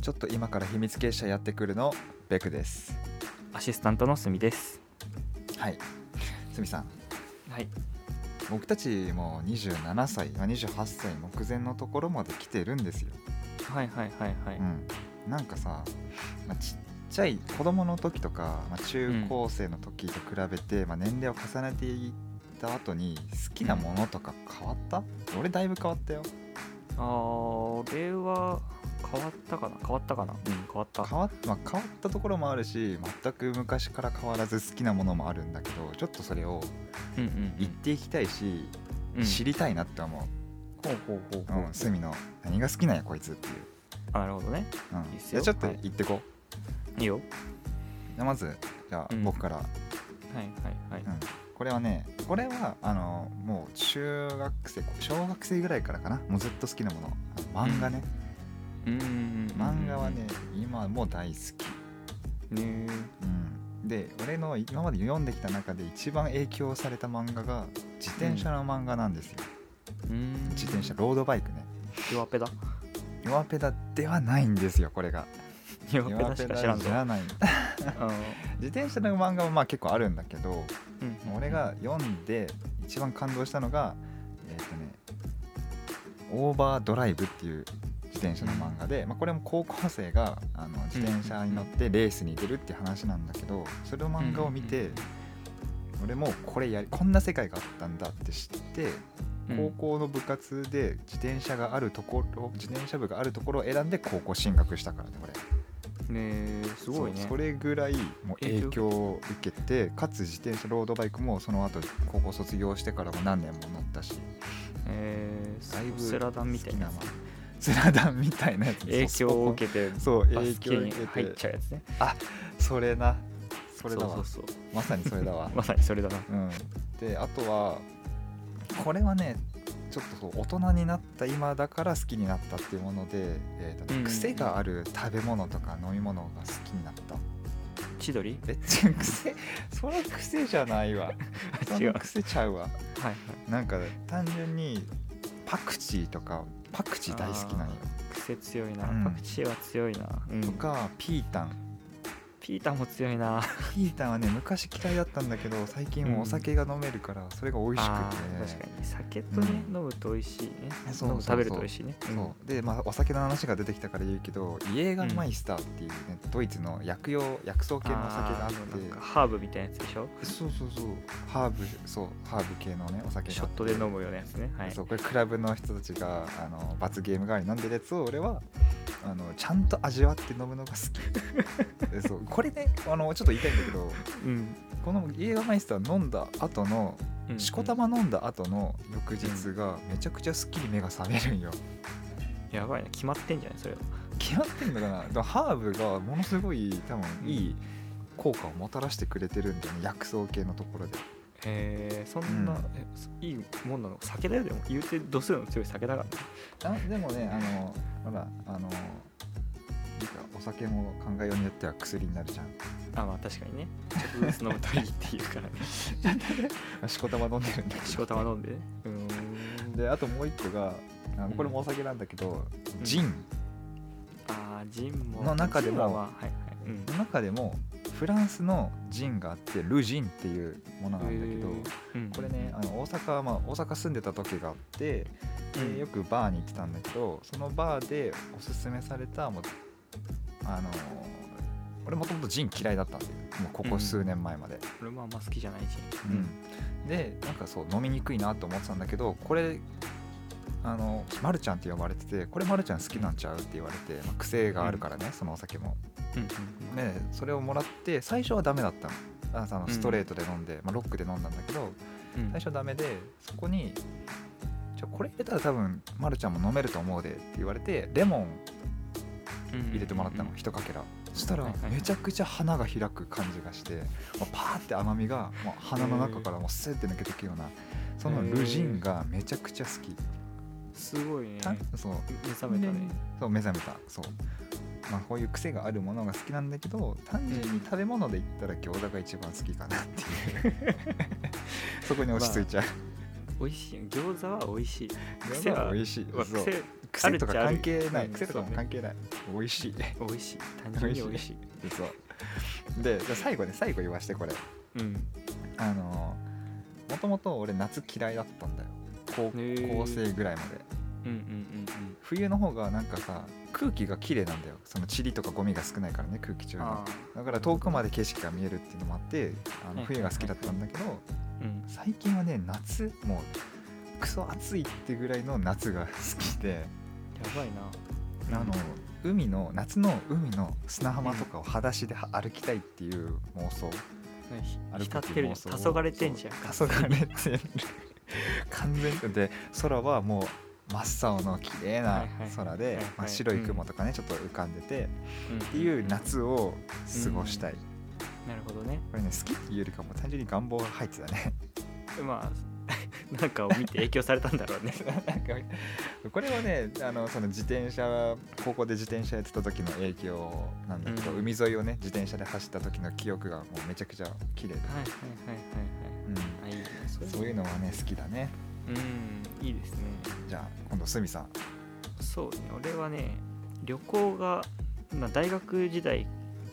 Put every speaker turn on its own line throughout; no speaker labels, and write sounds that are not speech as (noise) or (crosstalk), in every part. ちょっと今から秘密結社やってくるのベクです
アシスタントのすみです。
はいすみさん
はい。
僕たちも27歳、まあ、28歳目前のところまで来てるんですよ、
はいはいはいはい。
うん、なんかさ、まあ、ちっちゃい子供の時とか、まあ、中高生の時と比べて、まあ、年齢を重ねていった後に好きなものとか変わった、俺だいぶ変わったよ
ああ、俺は変わったかな変わったかなうん、変わった。
変わ,、まあ、変わったところもあるし全く昔から変わらず好きなものもあるんだけどちょっとそれを
うんうん
言っていきたいし、
うん。
知りたいなって思
ほうほうほう
う、
ほう。
うん、隅の何が好きなんやこいつっていう、
あなるほどね。
うん、
いいっす
じゃ
よ
あちょっと
はい
言ってこう、
いいよ。
じゃあまずじゃあ
うん
僕から、
はいはい
うん
はい。
これはねこれはあのもう中学生小学生ぐらいからかなもうずっと好きなものあの漫画ね、
うんうんうん。
漫画はね。今も大好き、
ね
うん、で俺の今まで読んできた中で一番影響された漫画が自転車の漫画なんですよ、
え。うん。
自転車。ロードバイクね
弱ペダ。
弱ペダではないんですよこれが
弱ペダしか知らんぞ
じ。ゃない
うん
自転車の漫画はまあ結構あるんだけど
うんうん
俺。が読んで一番感動したのがえっ、とね「オーバードライブ」っていう自転車の漫画で、まあ、これも高校生があの自転車に乗ってレースに出るっていう話なんだけどその漫画を見て俺もこれやりこんな世界があったんだって知って
うん
高校の部活で自転車があるところ自転車部があるところを選んで高校進学したからねこれ
ねえ、すごいね。
そうそれぐらいもう影響を受けてかつ自転車ロードバイクもその後高校卒業してからも何年も乗ったし
えー
だいぶ
スラダンみたいな
好き。なスラダンみたいなやつ
影響を受けて。
そうそう
バ
影
ス
響
ケ
を
に
受け
入ってちゃうやつね。
それなそれだわ
そうそうそう。
まさにそれだわ
(laughs) まさにそれだな。
うんであとはこれはねちょっとそう大人になった今だから好きになったっていうもので、えーとね
うん
癖がある食べ物とか飲み物が好きになった
千鳥
え違う癖それ癖じゃないわそ
違う
の癖ちゃうわ
はいはい。
なんか単純にパクチーとかパクチー大好きなんよ
癖強いな、
うん
パクチーは強いな、うん
とかピータン
ピーターも強いな
ピータンはね昔嫌いだったんだけど最近もうお酒が飲めるからそれが美味し
あー
く
確
て
かに酒とね、
う
飲むと美味しいね
そうそうそう
飲む食べると美味しいねうん
そうで、まあ、お酒の話が出てきたから言うけどイエーガンマイスターっていう、ねドイツの薬用薬草系のお酒があっ
ー
て
なんかハーブみたいなやつでしょ
そうそうそうハーブそうハーブ系のねお酒が
ショットで飲むようなやつねはい
そうこれクラブの人たちがあの罰ゲーム代わりに飲んでるやつを俺はあのちゃんと味わって飲むのが好きでそうこれねあのちょっと言いたいんだけど
うん
このイエーガーマイスター飲んだ後の
うん
しこたま飲んだ後の翌日がめちゃくちゃすっきり目が覚めるんよ
やばいな決まってんじゃないそれは
決まってんのかなでもハーブがものすごい多分いい効果をもたらしてくれてるんだよね薬草系のところで
へえそんな、
うん
えそいいもんなの酒だよでも言うて度数の強い酒だからね
あでもねあのほらあのなんかお酒も考えようによっては薬になるじゃん
あまあ確かにねちょっとずつ飲むといいっていうから
(laughs)
ね
しこたま飲んでるんだけど
しこたま飲んでねうーん
であともう一個があ
うん
これもお酒なんだけど、
うん
ジン
あージンも
の中でも
ジンはまあはいはいうん
の中でもフランスのジンがあってルジンっていうものなんだけど、
えーうん
これねあの大阪、まあ、大阪住んでた時があって、で
うん
よくバーに行ってたんだけどそのバーでおすすめされたもうあの俺もともとジン嫌いだったんだよもうここ数年前まで、
俺もあんま好きじゃないし、
でなんかそう飲みにくいなと思ってたんだけどこれあの「まるちゃん」って呼ばれてて「これまるちゃん好きなんちゃう?」って言われて、まあ癖があるからね、そのお酒も。
うんうん
でそれをもらって最初はダメだったのあのその
うん
ストレートで飲んで、まあ、ロックで飲んだんだけど
うん
最初ダメでそこに「じゃこれ入れたら多分まるちゃんも飲めると思うで」って言われてレモン入れてもらったの、
うん
一かけらそしたら
はいはいはい
めちゃくちゃ花が開く感じがしてもうパーって甘みがもう鼻の中からもうスッて抜けていくようなそのルジンがめちゃくちゃ好き、
すごいね
たそう
目覚めたね
そう目覚めたそうまあこういう癖があるものが好きなんだけど単純に食べ物で言ったら餃子が一番好きかなっていう
(laughs)
そこに落ち着いちゃう、
美味しいよ餃子は美味しい癖
餃
は
子美味しいそう
うわ癖ある
癖
っち
と
ゃ
か
ある
関係ない
うん
癖とかも関係ない美味しい
美味しい単純に美味しい
実はでじゃあ最後ね最後言わしてこれ
うん
あのもともと俺夏嫌いだったんだよ高
へー
高生ぐらいまで
うんうんうん
冬の方がなんかさ空気が綺麗なんだよその塵とかゴミが少ないからね空気中
うん
の
あ
だから遠くまで景色が見えるっていうのもあってあ
はい
の冬が好きだったんだけど
ーうん
最近はね夏もうクソ暑いってぐらいの夏が好 (laughs) きで
やばいな
あの海の夏の海の砂浜とかを裸足で歩きたいっていう妄想
ねひ
歩く
浸っ
いう
てる
妄
黄
想を
昏れてんじゃん
そう黄昏れてる完全にで空はもう真っ青の綺麗な
は
い
はい
空
はい
で
はい
まあ白い雲とかねちょっと浮かんでて
うん
っていう夏を過ごしたいこ
なるほどね
れね好きっていうよりかも単純に願望が入ってた
(laughs)
ね
まあ (laughs) なんかを見て影響されたんだろうね
(laughs) なんかこれはねあのその自転車高校で自転車やってた時の影響なんだけど
うん
海沿いをね自転車で走った時の記憶がもうめちゃくちゃ綺麗で、
はいはいは
うん
いはいはいあいいねそれ
そういうのはね好きだね
うんいいですね
じゃあ今度すみさん
そうね俺はね旅行が、まあ、大学時代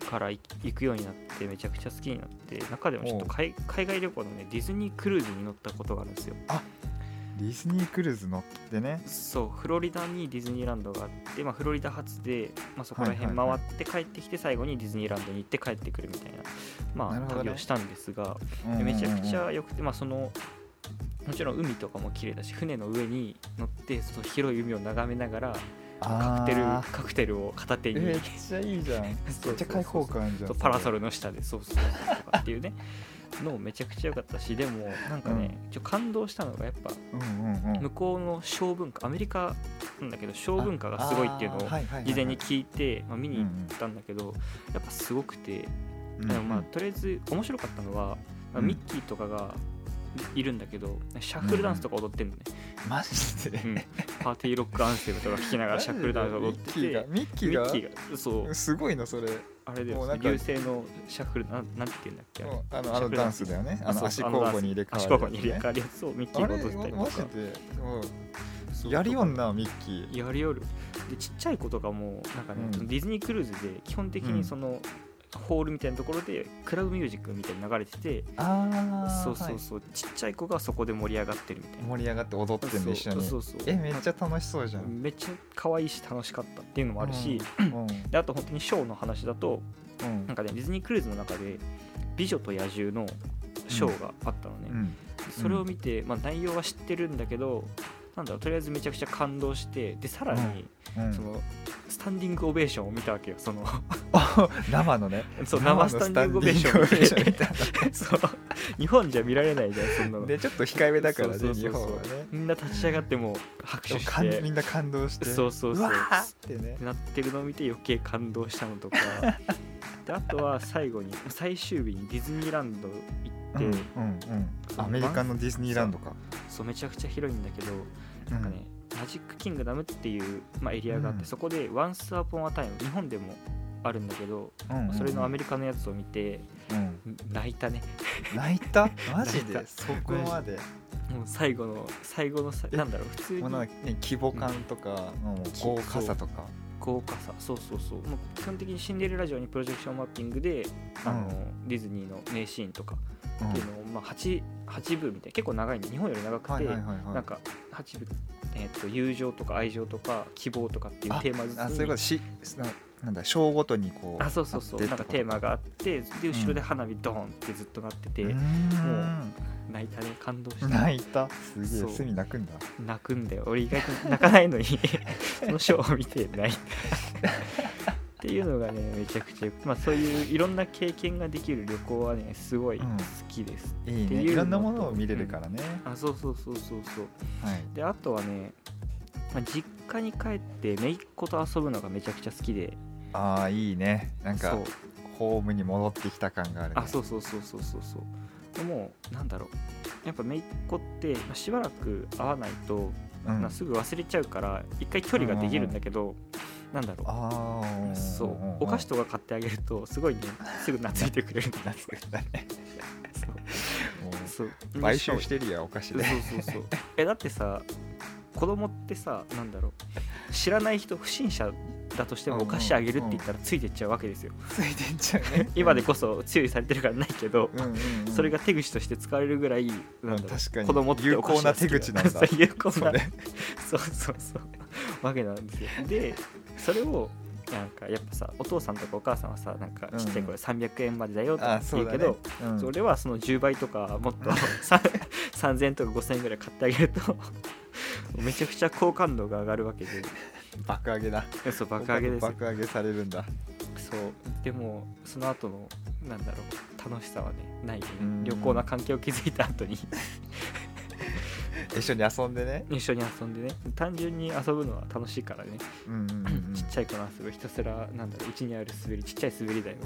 から行行くようになってめちゃくちゃ好きになって中でもちょっと
おう
海海外旅行のねディズニークルーズに乗ったことがあるんですよ
ディズニークルーズ乗ってね
そうフロリダにディズニーランドがあって、まあ、フロリダ発で、まあ、そこら辺
はいはい
回
は
っ
い
て帰ってきて最後にディズニーランドに行って帰ってくるみたいな,、
な
ま
る
あ、
ほどね
旅をしたんですが、
うんうんうん
めちゃくちゃ良くて、まあ、そのもちろん海とかも綺麗だし船の上に乗ってその広い海を眺めながらカクテル
あー
カクテルを片手に、
めっちゃいいじゃんめっ
そうそうそうそう
ちゃ開放感じゃん
とパラソ
ル
ルの下でそうそうそうとかっていうねのめちゃくちゃ良かったしでもなんかね、ちょ感動したのがやっぱ
うんうんうん
向こうの小文化アメリカなんだけど小文化がすごいっていうのを
あーはいはいはいはい
事前に聞いて、まあ、見に行ったんだけど、やっぱすごくて、
うん
でもまあ
うん
とりあえず面白かったのは、まあ
うん
ミッキーとかがいるんだけどシャッフルダンスとか踊ってんのね、
マジで
うんパーティーロックアンセムとか聴きながらシャッフルダンスを踊ってて
ミッキーがミッキ
ミ
ー
ッ
が
キーがそう
すごいのそれ
あれで
もうなんか
流星のシャッフルなんなんて言うんだっけあれ
あのあのダンスだよねあの
そう
足
そう
交互に入れ替わる
足交互に入れ替わるやつをミッキー
あ
が
れ
踊ったり
マ
と
ジ
か
でもう
そう
やりよんなミッキー
やりよるでちっちゃい子とかもなんかね、
うん
ディズニークルーズで基本的
う
に
ん
その、ホールみたいなところでクラブミュージックみたいに流れてて
あー
そうそう
は
そう、ちっちゃい子がそこで盛り上がってるみたい
い
な
盛り上がって踊ってん
そ
の
う
一緒に
そうそう
えめっち
ゃ
ゃ楽しそうじゃん
めっちゃ可愛いし楽しかったっていうのもあるし、
うんうん
であと本当にショーの話だと
うん
なんかねディズニークルーズの中で「美女と野獣」のショーがあったのね、
うん
それを見て、まあ、内容は知ってるんだけどなんだろうとりあえずめちゃくちゃ感動してでさらに、
うん
そのスタンディングオベーションを見たわけよ
(laughs)
その
生のね
そう
生
生
の
スタンディングオベーションを見
スタンディングオベーション見
て (laughs) そう日本じゃ見られないじゃんそんなの
でちょっと控えめだからね
そうそう
日
そうそう
本はね
みんな立ち上がってもう拍
で
手
も
し
感
て
みんな感動して
そうそうそう
わーってね
なってるのを見て余計感動したの
(laughs)
とかであとは最後に最終日にディズニーランド行って、
うんうんうんアメリカのディズニーランドか
そうめちゃくちゃ広いんだけど
な
なんかね、マジックキングダムっていう、まあ、エリアがあって、
うん
そこで「Once Upon a Time」日本でもあるんだけど、それのアメ
リ
リカのやつを見て
カ、うん
泣いたね
泣いたマジ
泣い
で
た
そこまで
もう最後の最後のさ
え
なんだろう普通に
もうなんか、ね、規模感とか、もう豪華さとか
豪華さそうそうそうもう基本的にシンデレラ城にプロジェクションマッピングで、あのディズニーの名シーンとか
うん
っていうのを、まあ、8, 8部みたいな結構長いんで日本より長くて、
はいはいはいはい
なんか8部、えー、と友情とか愛情とか希望とかっていう
あ
テーマずつに
あそういうことしななんだ章ごとにこう
あそうそうそう
あって
なんかテーマがあってで後ろで
うん
花火ドーンってずっとなってて、
うーん
泣いたね感動した
泣いたす
そ
げ
う
え隅泣くんだ
泣くんだよ俺意外と泣かないのに (laughs) そのショーを見て泣いたっていうのがねめちゃくちゃよくまあそういういろんな経験ができる旅行はねすごい好
うん
きです、
いい
っていうの
ね
と
いろんなものを見れるからね、
あそうそうそうそうそう
はい
であとはね、まあ、実家に帰って姪っ子と遊ぶのがめちゃくちゃ好きで
ああいいねなんか
そう
ホームに戻ってきた感がある、ね、
あそうそうそうそうそうそうでもなんだろうやっぱ姪っ子ってまあしばらく会わないと、
うん、
なすぐ忘れちゃうから一回距離ができるんだけど、なんだろ
あ
う
あ
そうお菓子とか買ってあげるとすごいねすぐ懐いてくれるんだ
懐かしいね
そう
も
そう
う買収しててるやお菓子
そう
で
(laughs) そうそうえだってさ子供ってさなんだろう知らない人不審者だとして
うん
も
う
お
ん
菓子あげるって言ったらついてっちゃうわけですよ
ついてっちゃう (laughs) ね
今でこそ注意されてるからないけど、
うんうんうん
それが手口として使われるぐらいなんだろう
確かに
子供ってお菓子が好き
有効な手口なんだ
(laughs) そう有効な
それ
そうそうそうわけなんですよでそれをなんかやっぱさお父さんとかお母さんはさなんかちっちゃい頃300円までだよとか
あそ
言
う
う
だね
けど、
うん
それはその10倍とかもっ
(laughs)
とさ3000円とか5000円ぐらい買ってあげるとめちゃくちゃ好感度が上がるわけで
爆上げだ
そう爆上げですよ
爆上げされるんだ
そうでもその後のなんだろう楽しさはねないよね
うん
良好な関係を築いた後に
一緒に遊んでね
一緒に遊んでね単純に遊ぶのは楽しいからね、
うんうんうんうん
ちっちゃい子の遊ぶひたすらなんだろううちにある滑りちっちゃい滑り台を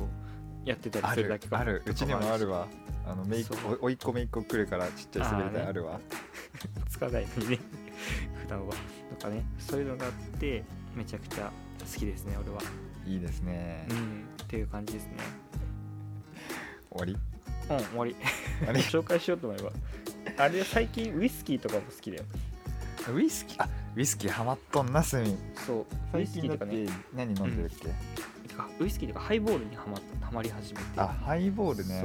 やってたり
あ
するだ
る
けか
あるうちにもあるわあのめいっ
そ
子おいっ子めいっ子来るからちっちゃい滑り台あるわ
つかないのにね (laughs) 普段はとかねそういうのがあってめちゃくちゃ好きですね俺は、
いいですね
うんっていう感じですね
終わり
うん終わり
あれ
紹介しようと思えばあれ最近ウイスキーとかも好きだよ
ウイスキーあウイスキーハマっとんなすみ
そうウイ
最
スキ
近
ー
だ
と
っ
か
て
ね
何飲んでるっけ
てかウイスキーとかハイボールにはまったはまり始めて
あハイボールね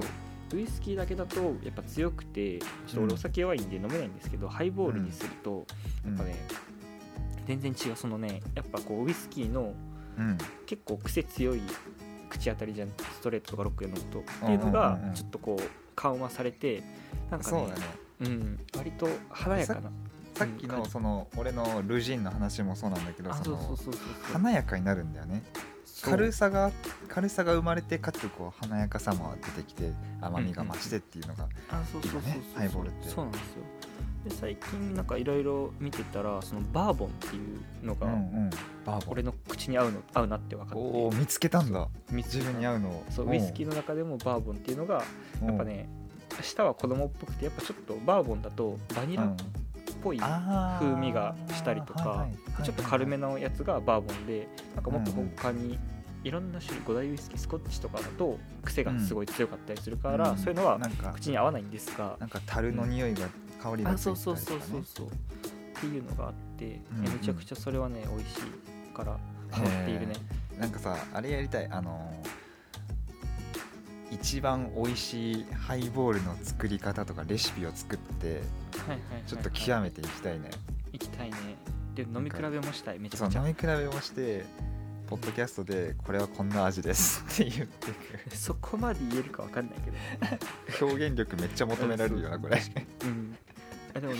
そうウイスキーだけだとやっぱ強くてちょっと
うん
俺お酒弱いんで飲めないんですけど、ハイボールにすると
うん
やっぱね、全然違うそのねやっぱこうウイスキーの
うん
結構癖強い口当たりじゃんストレートとかロックで飲むとっていうのが
うんうんうんうん
ちょっとこう緩和されてなんか
そう
ね
だね
うん、割と華やかな
さっき
うん
のその俺のルジンの話もそうなんだけど
あ
そ
そうそう
の
そうそうそう
華やかになるんだよね
そう
軽さが軽さが生まれてかつこう華やかさも出てきて甘みが増してっていうのが
あそうそうそうそう
いいよねハイボールって
そうなんですよで最近なんかいろいろ見てたらそのバーボンっていうの
う
が
んうんバーボン
俺の口に合うの合うなって分か
お
っ
お
て
見つけたんだ
見つ
自
けた
分に合うのを
そうウイスキー
ー
の中でもバーボンっていうのがやっぱね舌は子供っぽくてやっぱちょっとバーボンだとバニラっぽい風
風
味がしたりとかちょっと軽めのやつがバーボンでなんかもっと他にいろんな種類五大ウイスキースコッチとかだと癖がすごい強かったりするから、そういうのは
なんか
口に合わないんですが
なんか樽の匂いが香りが
あ
ついてた
そう
りと
そう
か
そうそう
ね
そうっていうのがあって、
うんうん
めちゃくちゃそれはね美味しいからハマっているね
なんかさあれやりたいあのー一番美味しいハイボールの作り方とかレシピを作って
はいはいはいはい
ちょっと極めていきたいね、
行きたいねで飲み比べもしたいめちゃ
そう
くち
飲
ゃ
み比べをしてポッドキャストでこれはこんな味です
(laughs)
って言って
そこまで言えるかわかんないけど
く表現力めっちゃ求められるよなこれ
うんあでもね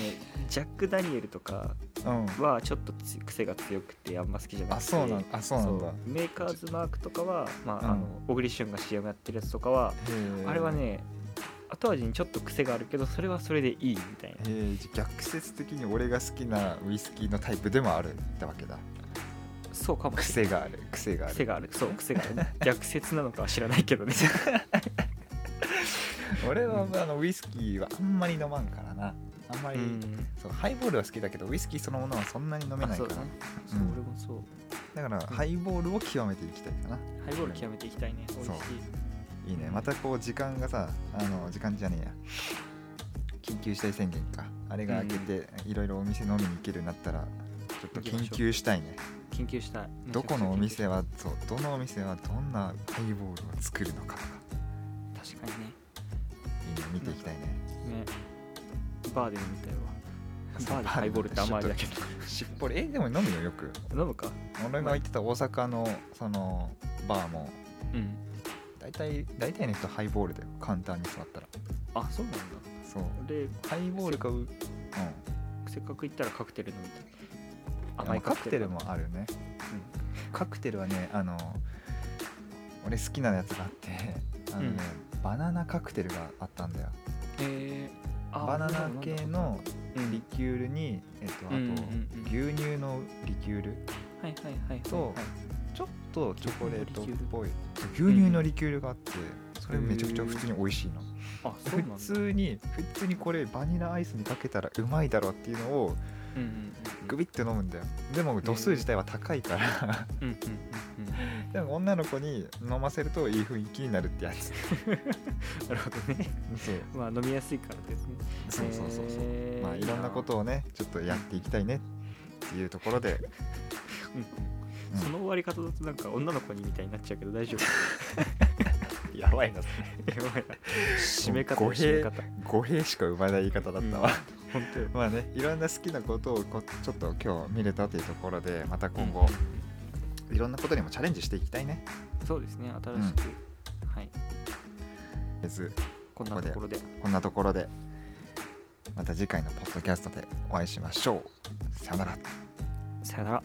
ジャック・ダニエルとか
うん
はちょっとつ癖が強くてあんま好きじゃなくて
あそうなんあそうなんだ
そうメーカーズマークとかは、まあ
うん
あの小栗旬が CM やってるやつとかは、
へー
あれはね後味にちょっと癖があるけどそれはそれでいいみたいな
えーじゃあ逆説的に俺が好きなウイスキーのタイプでもあるってわけだ
そうかもし
癖
れない
がある癖がある
癖がある
(laughs)
そう癖があるね逆説なのかは知らないけどね
俺はあのウイスキーはあんまり飲まんからなあんま
う
り、
ん
そうハイボールは好きだけどウイスキーそのものはそんなに飲め
あ
ない
そ
から
うだ
だ,、
ねそう
うん
俺もそ
か
う
らハイボールを極めていきたいかな
ハイボール極めていきたいね美味し
そう
い
いいねまたこう時間がさあの時間じゃねえや緊急事態宣言かあれが明けていろいろお店飲みに行けるようになったらちょっと研究したいね
研究したい
どこのお店
は
はそうどのお店はどんなハイボールを作るのかとか
確かにね
いいね見ていきたいね
ねバーで飲み
(laughs)
たい
そう
わバーでハイボールってあんまりだけど
(laughs) しっぽりえでも飲むよよく
飲むか
俺が行ってた大阪のそのバーも
うん
大体大体の人ハイボールだよカウンターに座ったら
あそうなんだ
そう
俺
ハイボールかう、うん、
せっかく行ったらカクテル飲みたい
甘
甘
い
い
カクテル
カ
もあるね、カクテルはねあの俺好きなやつがあってあの、ねバナナカクテルがあったんだよ
クテルえーあ
バナナ系の
うん
リキュールに、えっと、あと、
うんうんうん
牛乳のリキュール
はいはいはいはい
とちょっとチョコレートっぽい
ュール
牛乳のリキュールがあってそれめちゃくちゃ普通に美味しいの
あそうなん
普
だ
通に普通にこれバニラアイスにかけたらうまいだろうっていうのを
うんうんうんうん
グビって飲むんだよでも度数自体は高いから、
うんうんうんうん
でも女の子に飲ませるといい雰囲気になるってやつ
(laughs) なるほどね
そう
まあ飲みやすいからですね
そうそうそうそう
えー
まあいろんなことをねちょっとやっていきたいねいうところで、うん
その終わり方だとなんか女の子にみたいになっちゃうけど大丈
やばいな
夫やばいな (laughs) 締め方
語弊
締め方
語弊しか生まない言い方だったわ、
うん本当よ
まあねいろんな好きなことをこちょっと今日見れたというところでまた今後、いろんなことにもチャレンジしていきたいね
そうですね新しく、はい
とりあえず
こんなところで
こんなところでまた次回のポッドキャストでお会いしましょうさよなら
さよなら